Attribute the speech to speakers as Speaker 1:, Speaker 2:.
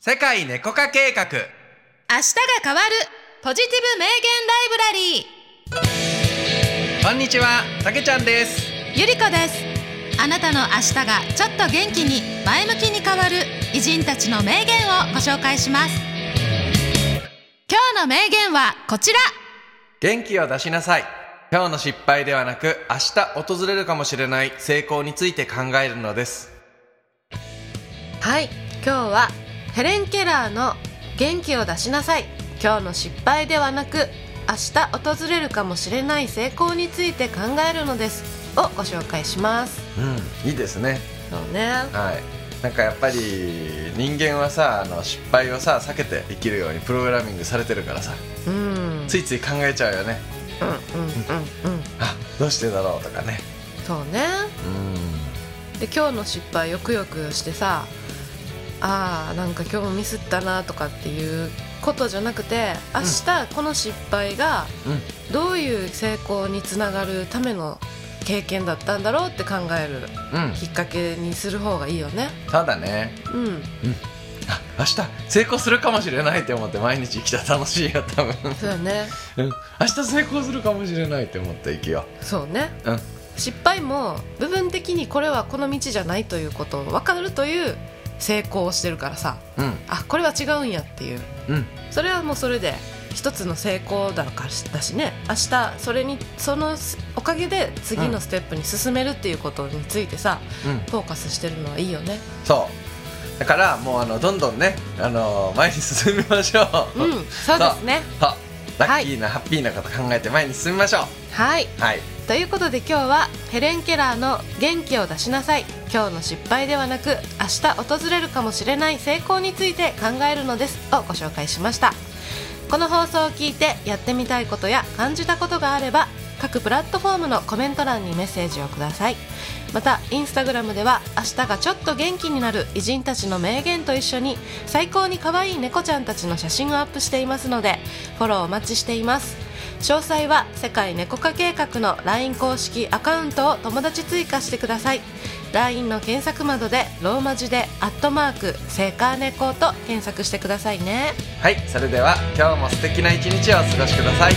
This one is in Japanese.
Speaker 1: 世界猫化計画
Speaker 2: 明日が変わるポジティブ名言ライ
Speaker 1: こんにちはたけちゃんです
Speaker 2: ブラリーゆりこですあなたの明日がちょっと元気に前向きに変わる偉人たちの名言をご紹介します今日の名言はこちら
Speaker 1: 元気を出しなさい今日の失敗ではなく明日訪れるかもしれない成功について考えるのです
Speaker 3: はい今日はヘレン・ケラーの「元気を出しなさい今日の失敗ではなく明日訪れるかもしれない成功について考えるのです」をご紹介します
Speaker 1: うんいいですね
Speaker 3: そうね
Speaker 1: はいなんかやっぱり人間はさあの失敗をさ避けて生きるようにプログラミングされてるからさ
Speaker 3: うんうんうん
Speaker 1: ついつい考えちゃうよね
Speaker 3: うんうん
Speaker 1: あどうしてだろうとかね
Speaker 3: そうね
Speaker 1: うん
Speaker 3: で今日の失敗よくよくしてさあーなんか今日ミスったなとかっていうことじゃなくて明日この失敗が
Speaker 1: うん
Speaker 3: どういう成功につながるための経験だったんだろうって考える
Speaker 1: うん
Speaker 3: きっかけにする方がいいよね
Speaker 1: そうだね
Speaker 3: うん
Speaker 1: あ明日成功するかもしれないって思って毎日生きたら楽しいよ多分
Speaker 3: そうだね
Speaker 1: うん明日成功するかもしれないって思って生きよ
Speaker 3: そうね
Speaker 1: ううん
Speaker 3: 失敗も部分的にこれはこの道じゃないということを分かるという成功をしてるからさ
Speaker 1: うん
Speaker 3: あこれは違うんやっていう
Speaker 1: うん
Speaker 3: それはもうそれで一つの成功だからしだしね明日それにそのおかげで次のステップに進めるっていうことについてさ、
Speaker 1: うん
Speaker 3: フォーカスしてるのはいいよね
Speaker 1: そうだからもうあのどんどんね、あの前に進みましょう、
Speaker 3: うんそうですね
Speaker 1: そうラッキーな、ハッピーなこと考えて前に進みましょ
Speaker 3: はいう
Speaker 1: はい
Speaker 3: ということで今日はヘレン・ケラーの「元気を出しなさい今日の失敗ではなく明日訪れるかもしれない成功について考えるのです」をご紹介しましたこの放送を聞いてやってみたいことや感じたことがあれば各プラットフォームのコメント欄にメッセージをくださいまたインスタグラムでは明日がちょっと元気になる偉人たちの名言と一緒に最高に可愛い猫ちゃんたちの写真をアップしていますのでフォローお待ちしています詳細は世界猫化計画の LINE 公式アカウントを友達追加してください LINE の検索窓でローマ字で「アットマークセカネコ」と検索してくださいね
Speaker 1: はいそれでは今日も素敵な一日をお過ごしください